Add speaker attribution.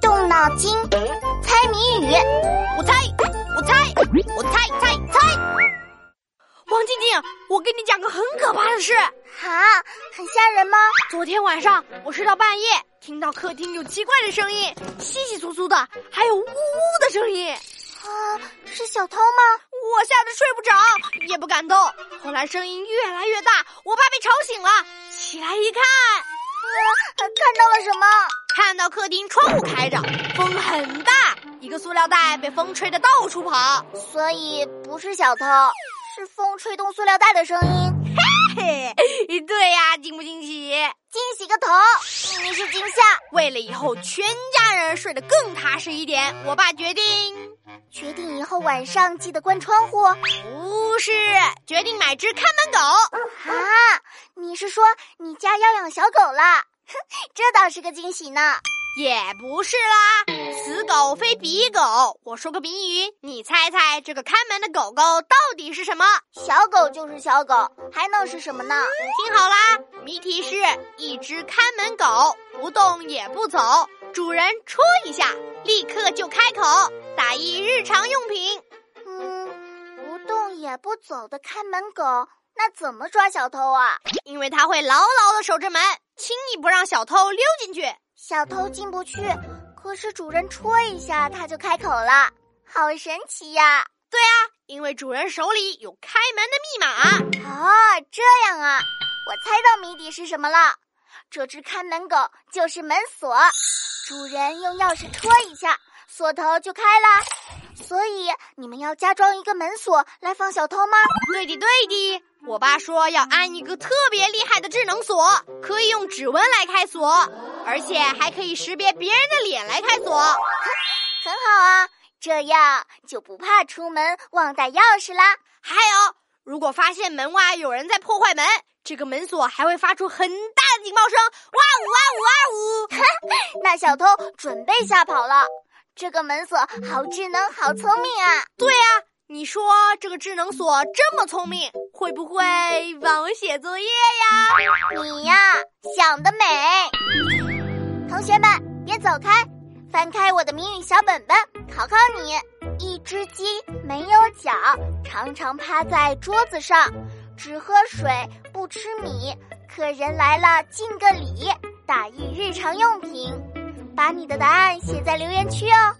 Speaker 1: 动脑筋，猜谜语。
Speaker 2: 我猜，我猜，我猜猜猜。王静静，我跟你讲个很可怕的事。
Speaker 1: 啊，很吓人吗？
Speaker 2: 昨天晚上我睡到半夜，听到客厅有奇怪的声音，稀稀疏疏的，还有呜呜的声音。
Speaker 1: 啊，是小偷吗？
Speaker 2: 我吓得睡不着，也不敢动。后来声音越来越大，我爸被吵醒了，起来一看，
Speaker 1: 啊，看到了什么？
Speaker 2: 看到客厅窗户开着，风很大，一个塑料袋被风吹得到处跑。
Speaker 1: 所以不是小偷，是风吹动塑料袋的声音。
Speaker 2: 嘿 嘿，对呀、啊，惊不惊喜？
Speaker 1: 惊喜个头！明明是惊吓。
Speaker 2: 为了以后全家人睡得更踏实一点，我爸决定，
Speaker 1: 决定以后晚上记得关窗户。
Speaker 2: 不是，决定买只看门狗。
Speaker 1: 啊，你是说你家要养小狗了？ 这倒是个惊喜呢。
Speaker 2: 也不是啦，此狗非彼狗。我说个谜语，你猜猜这个看门的狗狗到底是什么？
Speaker 1: 小狗就是小狗，还能是什么呢？
Speaker 2: 听好啦，谜题是一只看门狗，不动也不走，主人戳一下，立刻就开口打一日常用品。
Speaker 1: 嗯，不动也不走的看门狗，那怎么抓小偷啊？
Speaker 2: 因为它会牢牢的守着门，轻易不让小偷溜进去。
Speaker 1: 小偷进不去，可是主人戳一下，它就开口了，好神奇呀、啊！
Speaker 2: 对啊，因为主人手里有开
Speaker 1: 密
Speaker 2: 门的
Speaker 1: 码。哦，这样啊，我猜到谜底是什么了。这只看门狗就是门锁，主人用钥匙戳一下，锁头就开啦。所以你们要加装一个门锁来防小偷吗？
Speaker 2: 对的，对的。我爸说要安一个特别厉害的智能锁，可以用指纹来开锁，而且还可以识别别人的脸来开锁。
Speaker 1: 很好啊，这样就不怕出门忘带钥匙啦。
Speaker 2: 还有，如果发现门外有人在破坏门，这个门锁还会发出很大的警报声，哇呜
Speaker 1: 哇呜哇呜！那小偷准备吓跑了。这个门锁好智能，好聪明啊！
Speaker 2: 对啊，你说这个智能锁这么聪明，会不会帮我写作业
Speaker 1: 呀？你呀、啊，想得美！同学们，别走开，翻开我的谜语小本本，考考你：一只鸡没有脚，常常趴在桌子上，只喝水不吃米，客人来了敬个礼，打一日常用品。把你的答案写在留言区哦。